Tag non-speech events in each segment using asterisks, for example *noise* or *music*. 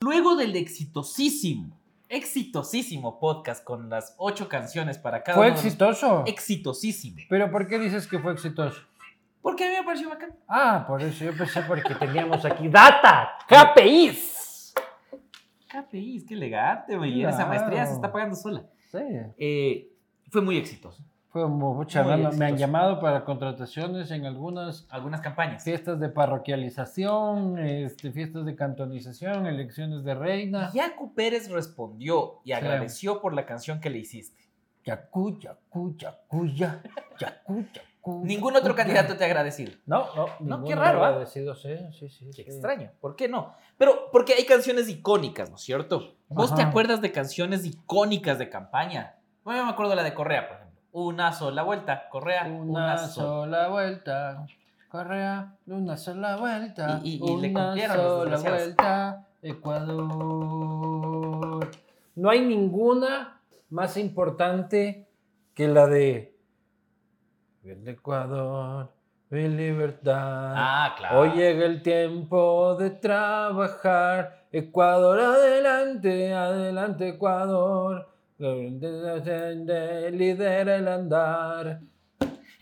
luego del exitosísimo, exitosísimo podcast con las ocho canciones para cada Fue uno de los- exitoso. Exitosísimo. Pero ¿por qué dices que fue exitoso? Porque a mí me pareció bacán. Ah, por eso yo pensé porque teníamos aquí data, KPIs. KPIs, Ah, pues, qué elegante, güey. Esa maestría se Claro. está pagando sola. Sí, Eh, fue muy exitoso. fue mu- mucha Muy lana. Me han exitoso. llamado para contrataciones en algunas Algunas campañas. fiestas de parroquialización, este, fiestas de cantonización, elecciones de reina. Yacu Pérez respondió y Sí. agradeció por la canción que le hiciste. Yacú, yacú, yacú, ya, yacú, yacú, Ningún otro yacú, candidato ya. te ha agradecido. No, No, no, qué ninguno raro, ¿ah? agradecido, sí, sí, sí, Qué sí. extraño, ¿por qué no? Pero porque hay canciones icónicas, ¿no es cierto? ¿Vos te Ajá. acuerdas de canciones icónicas de campaña? Bueno, yo me acuerdo de la de Correa, por ejemplo. Una sola vuelta, Correa, Una, una, sola. sola vuelta, Correa, una sola vuelta, Y- y- y le una cumplieron los sola desgraciados. vuelta, Ecuador. No hay ninguna más importante que la de El Ecuador, mi libertad. Ah, claro. Hoy llega el tiempo de trabajar. Ecuador, adelante, adelante, Ecuador. Lidera el andar.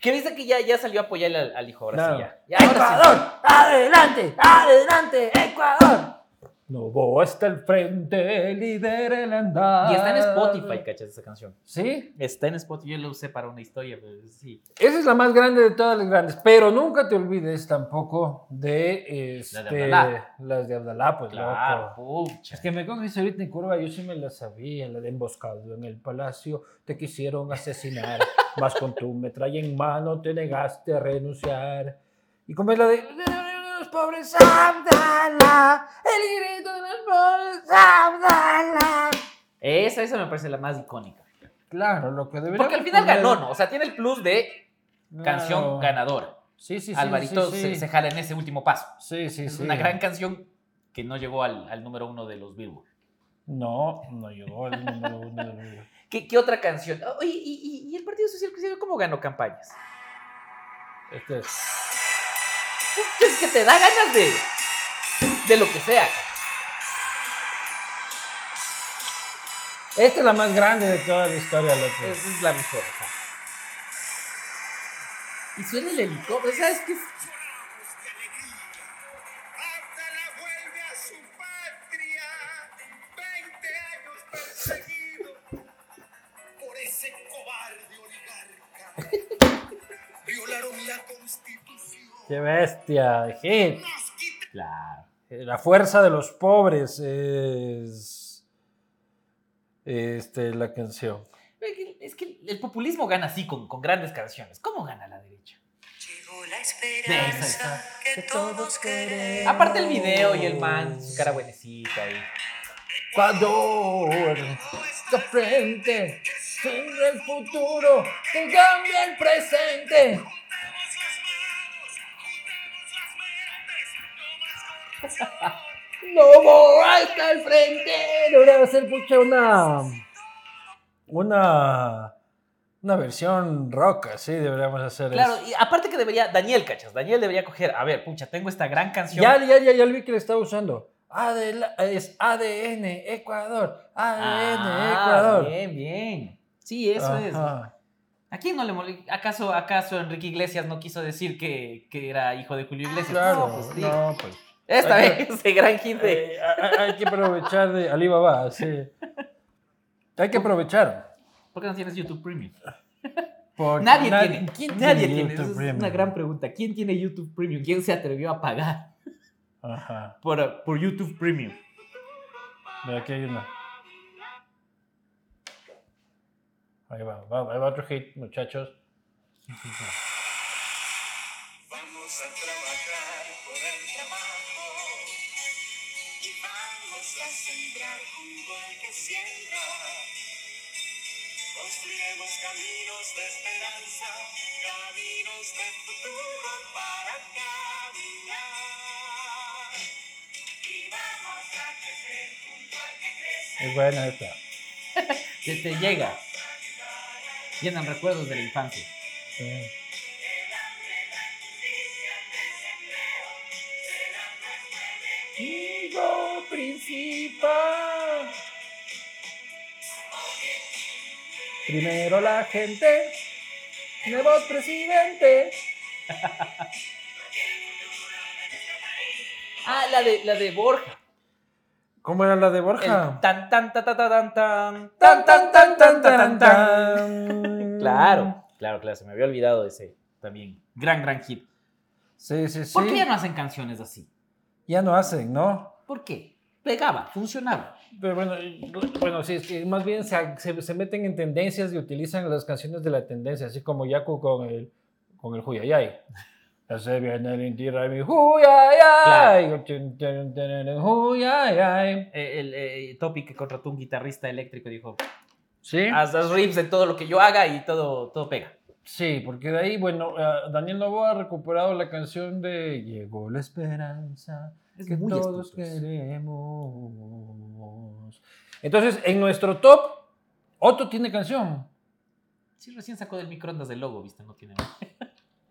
Que viste que ya, ya salió a apoyar al, al hijo, ahora Claro. sí, ya. Ya, ahora sí. adelante, adelante, Ecuador. Novoa está al frente, lidera el andar. Y está en Spotify, ¿cachas esa canción? Sí, Está en Spotify, yo lo usé para una historia, pero sí. esa es la más grande de todas las grandes, pero nunca te olvides tampoco de, este, Abdalá. las de Abdalá, pues Claro, loco. pucha. Es que me coges ahorita en curva, yo sí me la sabía, la de emboscado en el palacio, te quisieron *laughs* asesinar, mas con tu metralla en mano te negaste a renunciar. Y como es la de... Los pobres Abdala, el grito de los pobres Abdala. Esa, esa me parece la más icónica. Claro, lo que debería... Porque al final ganó, ¿no? O sea, tiene el plus de canción ganadora. ganadora. Sí, sí, sí. Alvarito sí, se, sí. se jala en ese último paso. Sí, sí, es sí. una gran canción que no llegó al, al número uno de los Billboard. No, no llegó al número uno del mundo. ¿Qué, qué otra canción? Oh, y, y- y- y el Partido Social Cristiano cómo ganó campañas? Este es- Es que te da ganas de, de lo que sea. Esta es la más grande de toda la historia, loco. Esa es la mejor. o sea. Y suena el helicóptero. ¿Sabes qué? Lloramos de alegría. Abdala vuelve a su patria. 20 años perseguido por ese cobarde oligarca. Violaron la Qué constitución. bestia, hit. Nos quitaron Claro. Eh, La fuerza de los pobres es este, la canción. Es que- Es que el populismo gana así, con, con grandes canciones. ¿Cómo gana la derecha? Llegó la Esa, esperanza esa. que todos queremos. Aparte el video y el man, su cara buenecita ahí. Ecuador, de frente, siempre el futuro, que cambia el presente. Juntemos las manos, juntemos las mentes. No más corrupción. No voy hasta el frente. Debería hacer pucha una. Una. Una versión rock, así deberíamos hacer eso. Claro, y aparte que debería, Daniel, cachas, Daniel debería coger, a ver, pucha, tengo esta gran canción. Ya, ya, ya, ya lo vi que le estaba usando. Adela- es ADN Ecuador. ADN Ah, Ecuador. Bien, bien. Sí, eso es. Ajá. ¿A quién no le molesta? ¿Acaso, acaso Enrique Iglesias no quiso decir que, que era hijo de Julio Iglesias? Ah, Claro, No, pues, sí. no, pues. Esta Hay vez ese gran hit de. Eh, hay, hay que aprovechar de Alibaba, sí. Hay que aprovechar. ¿Por qué no tienes YouTube Premium? porque Nadie na- tiene. ¿quién nadie tiene. YouTube Esa Es una Premium? gran pregunta. ¿Quién tiene YouTube Premium? ¿Quién se atrevió a pagar Ajá. por, por YouTube Premium? Mira, aquí hay una. Ahí va, va, ahí va otro hit, muchachos. Vamos a trabajar por el trabajo y vamos a sembrar junto al que siembra. Construiremos caminos de esperanza, caminos de futuro para caminar. Y vamos a crecer junto al que crece. Es buena esta. Que te llega. Llenan recuerdos de la infancia. Sí. El hambre, la injusticia, el desempleo serán nuestro enemigo. Digo, principal. Primero la gente, nuevo presidente. Ah, la de, la de Borja. ¿Cómo era la de El Borja? tan, tan, ta, ta, ta, tan, tan. Tan, tan, tan, tan, tan, tan, tan. Claro, claro, claro. Se me había olvidado de ese también. Gran, gran hit. Sí, sí, sí. ¿Por qué ya no hacen canciones así? Ya no hacen, ¿no? ¿Por qué? Pegaba, funcionaba. Pero bueno, eh, bueno sí, es que más bien se, se- se meten en tendencias y utilizan las canciones de la tendencia, así como Yaku con el, con el Huyayay. Ya se viene el Inti Raymi, Huyayay. Tun, tun, tun, tun, Huyayay. Eh, El, el Topic que contrató un guitarrista eléctrico dijo: ¿Sí? haz los riffs de todo lo que yo haga y todo, todo pega. Sí, porque de ahí, bueno, eh, Daniel Novoa ha recuperado la canción de Llegó la esperanza Es que muy todos astuto eso. queremos. Entonces, en nuestro top, Otto tiene canción. Sí, recién sacó del microondas del logo, ¿viste? No tiene.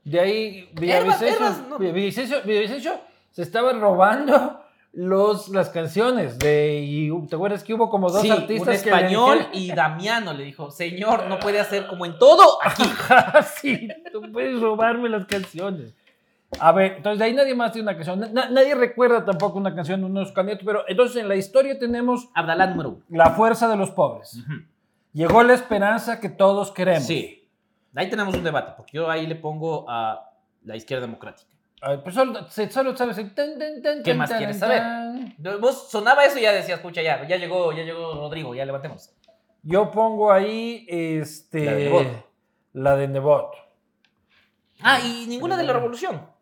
De ahí, Villavicencio, Herbas, no. Villavicencio- Villavicencio se estaba robando los, las canciones de... y ¿Te acuerdas que hubo como dos Sí, artistas un que le español dijeron- *laughs* y Damiano le dijo, señor, no puede hacer como en todo aquí. Ajá, Ah, sí, tú puedes robarme las canciones. A ver, entonces de ahí nadie más tiene una canción. Na- nadie recuerda tampoco una canción de unos candidatos, pero entonces en la historia tenemos Abdalá número uno. la fuerza de los pobres. Ujú. Llegó la esperanza que todos queremos. Sí. Ahí tenemos un debate, porque yo ahí le pongo a la izquierda democrática. A ver, pues solo, se- solo sabes el tan, tan, tan, ¿Qué tan, más tan, quieres tan. No, Vos sonaba eso y ya decías, pucha, ya, ya llegó, ya llegó Rodrigo, ya levantemos. Yo pongo ahí este, La de Nebot. la de Nebot. Ah, y ninguna de la revolución.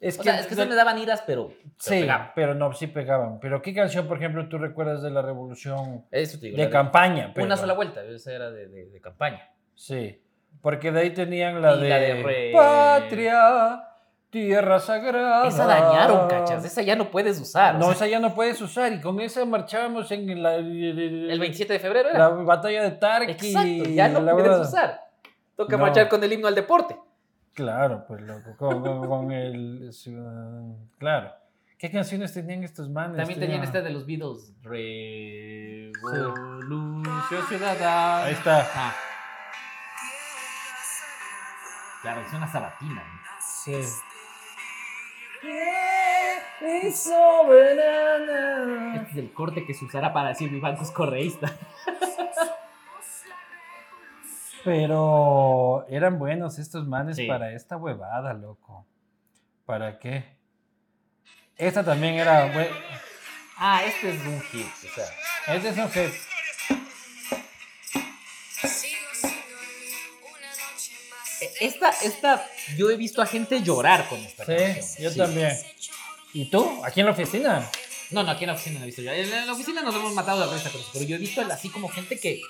Es o sea, es que se me sí, daban iras, pero. pero pegaban. pero no, sí pegaban. Pero ¿qué canción, por ejemplo, tú recuerdas de la revolución Eso te digo. de la campaña? Una pero- sola vuelta, esa era de, de- de campaña. Sí, porque de ahí tenían la Y de, la de re- Patria, Tierra Sagrada. Esa dañaron, cachas. Esa ya no puedes usar. o Ah, No, sea, esa ya no puedes usar y con esa marchábamos en la, el 27 de febrero era. la batalla de Tarqui. Exacto, ya no la puedes verdad. usar. Toca No. marchar con el himno al deporte. Claro, pues loco, con, con- con el ciudadano. Claro. ¿Qué canciones tenían estos manes? También tenían esta de los Beatles. Revolución Ciudadana. Ahí está. Ah, claro, es una sabatina. ¿no? Sí. soberana. Este es el corte que se usará para decir mi banco es correísta. Pero eran buenos estos manes Sí. para esta huevada, loco. ¿Para qué? Esta también era. bue- Ah, este es un hit. O sea, Este es un hit. e- esta, esta, yo he visto a gente llorar con esta Sí, canción. yo también. ¿Y tú? ¿Aquí en la oficina? No, no, aquí en la oficina no he visto yo. En la en la oficina nos hemos matado de la risa con eso, pero yo he visto así como gente que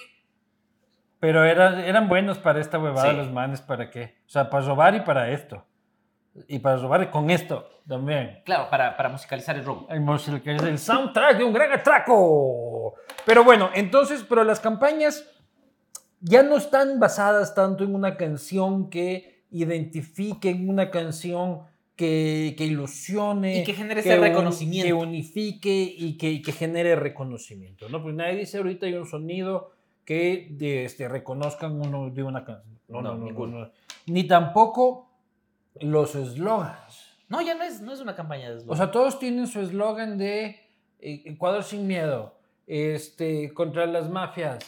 Pero eran, eran buenos para esta huevada Sí. los manes, ¿para qué? O sea, para robar y para esto. Y para robar con esto también. Claro, para, para musicalizar el robo. Hay música que es el soundtrack de un gran atraco. Pero bueno, entonces, pero las campañas ya no están basadas tanto en una canción que identifique, en una canción que, que ilusione. Y que genere ese un- reconocimiento. que unifique y que, y que genere reconocimiento. ¿no? Pues nadie dice ahorita hay un sonido que de, este, reconozcan uno de una canción. No, No, no, no, ninguno. no. Ni tampoco los eslogans. No, ya no es, no es una campaña de O eslogan. sea, todos tienen su eslogan de eh, Ecuador sin miedo, este, contra las mafias,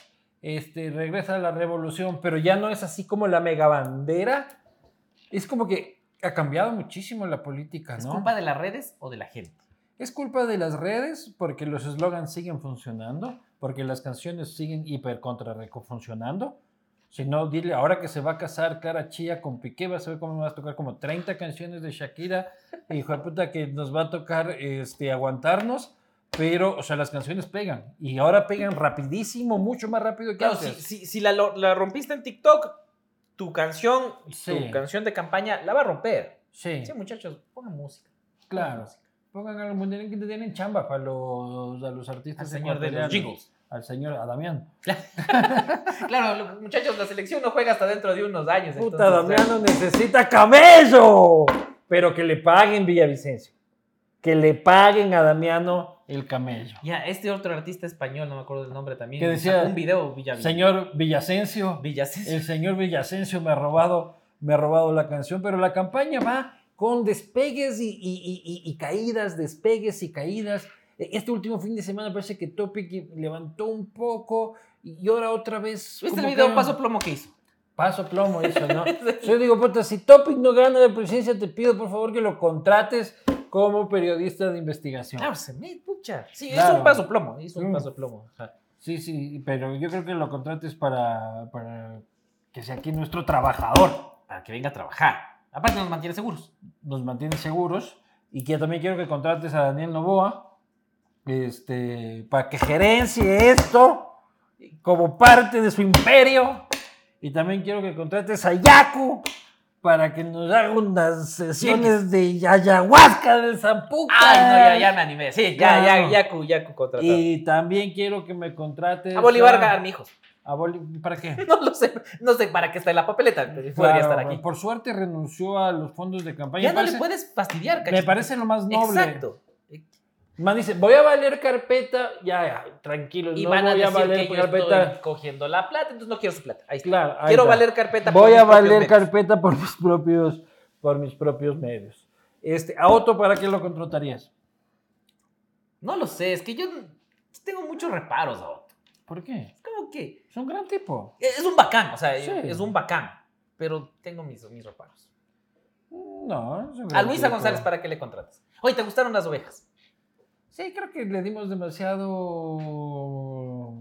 este, regresa la revolución, pero ya no es así como la mega bandera. Es como que ha cambiado muchísimo la política, ¿Es ¿no? culpa de las redes o de la gente? Es culpa de las redes porque los eslogans siguen funcionando, porque las canciones siguen hiper contra reco funcionando. Si no, dile ahora que se va a casar Clara Chía con Piqué, vas a ver cómo me vas a tocar como 30 canciones *laughs* de Shakira, y hijo de puta que nos va a tocar este, aguantarnos, pero, o sea, las canciones pegan y ahora pegan rapidísimo, mucho más rápido que Claro, si, antes. si, si la, lo- la rompiste en TikTok, tu canción, Sí. tu canción de campaña, la va a romper. Sí, Sí, muchachos, pongan música. pongan claro. música. Pongan algo, tienen que tienen chamba para los, a los Al artistas. señor de los ecuatorianos. jingles. Al señor, a Damián. Claro, lo- muchachos, la selección no juega hasta dentro de unos años. entonces, Puta, o sea, Damiano necesita camello. Pero que le paguen Villavicencio. Que le paguen a Damiano El camello. Ya, este otro artista español, no me acuerdo el nombre también. Que decía, sacó un video, Villavicencio. Señor Villasencio, Villavicencio. el señor Villasencio me ha robado, me ha robado la canción, pero la campaña va con despegues y, y- y- y- y caídas, despegues y caídas. E- Este último fin de semana parece que Topic levantó un poco y ahora otra vez. ¿Viste el como Este video que- paso plomo que hizo? Paso plomo eso, ¿no? Yo digo, puta, si Topic no gana la presidencia, te pido por favor que lo contrates como periodista de investigación. Claro, se me pucha. Sí, hizo Claro. un paso plomo, hizo un Mm. paso plomo. o sea. Sí, sí, pero yo creo que lo contrates para, para que sea aquí nuestro trabajador. para que venga a trabajar. Aparte nos mantiene seguros. Nos mantiene seguros. Y que también quiero que contrates a Daniel Novoa este, para que gerencie esto como parte de su imperio. Y también quiero que contrates a Yaku para que nos haga unas sesiones de ayahuasca del Zampuca. Ay, Ah, no, ya, ya me animé. Sí, ya, ya, Ah. Claro. Yaku, Yaku contratado. Y también quiero que me contrates a Bolívar Garnijos. a Boli- ¿Para qué? *laughs* No lo sé, no sé para qué está en la papeleta, pero podría Claro, estar aquí. Por suerte renunció a los fondos de campaña. ya Me no parece- le puedes fastidiar, Me cachito. parece lo más noble. Exacto. Man dice, voy a valer carpeta. Ya, ya, tranquilo. Y Pues no van a voy a decir valer que yo carpeta. estoy cogiendo la plata, entonces no quiero su plata. Ahí está. Claro, ahí quiero está. valer carpeta. por Voy a mis propios valer medios. carpeta por mis propios, por mis propios medios. Este, a Otto, ¿para qué lo contratarías? No lo sé, es que yo tengo muchos reparos a Otto. ¿Por qué? Es como que Es un gran tipo. es un bacán, o sea, Sí. es un bacán, pero tengo mis, mis reparos. No, es un A gran Luisa tipo. González, ¿para qué le contratas? Oye, ¿te gustaron las ovejas? Sí, creo que le dimos demasiado.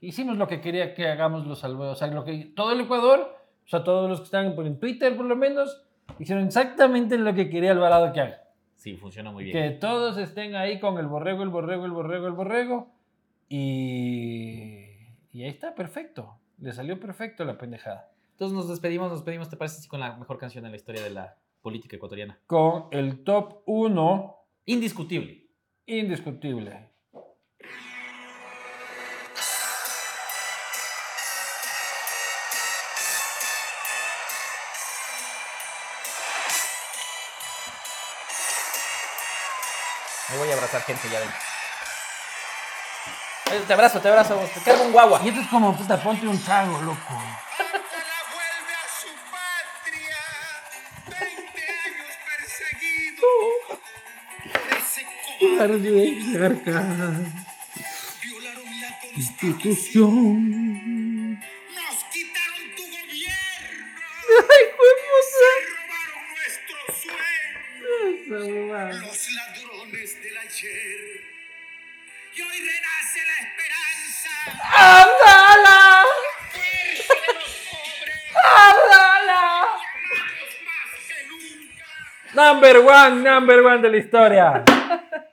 Hicimos lo que quería que hagamos los albueos. O sea, lo que todo el Ecuador, o sea, todos los que están por en Twitter, por lo menos, hicieron exactamente lo que quería Alvarado que haga. Sí, funciona muy Que todos estén ahí con el borrego, el borrego, el borrego, el borrego. Y. Y ahí está, perfecto. Le salió perfecto la pendejada. Entonces nos despedimos, nos despedimos, ¿te parece? Sí, con la mejor canción de la historia de la política ecuatoriana. Con el top 1, Indiscutible. indiscutible. Me voy a abrazar gente ya ven. Eh, Te abrazo, te abrazo. Te cargo un guagua. Y esto es como, puta, ponte un trago, loco. Alcalá vuelve a su patria. 20 años perseguido. Ese cobarde violaron la constitución. Nos quitaron tu gobierno. Se robaron nuestros sueños. Los ladrones del ayer. Y hoy renace la esperanza. Fuerza de los pobres. Llamados más que nunca. Number one, number one de la historia. Nos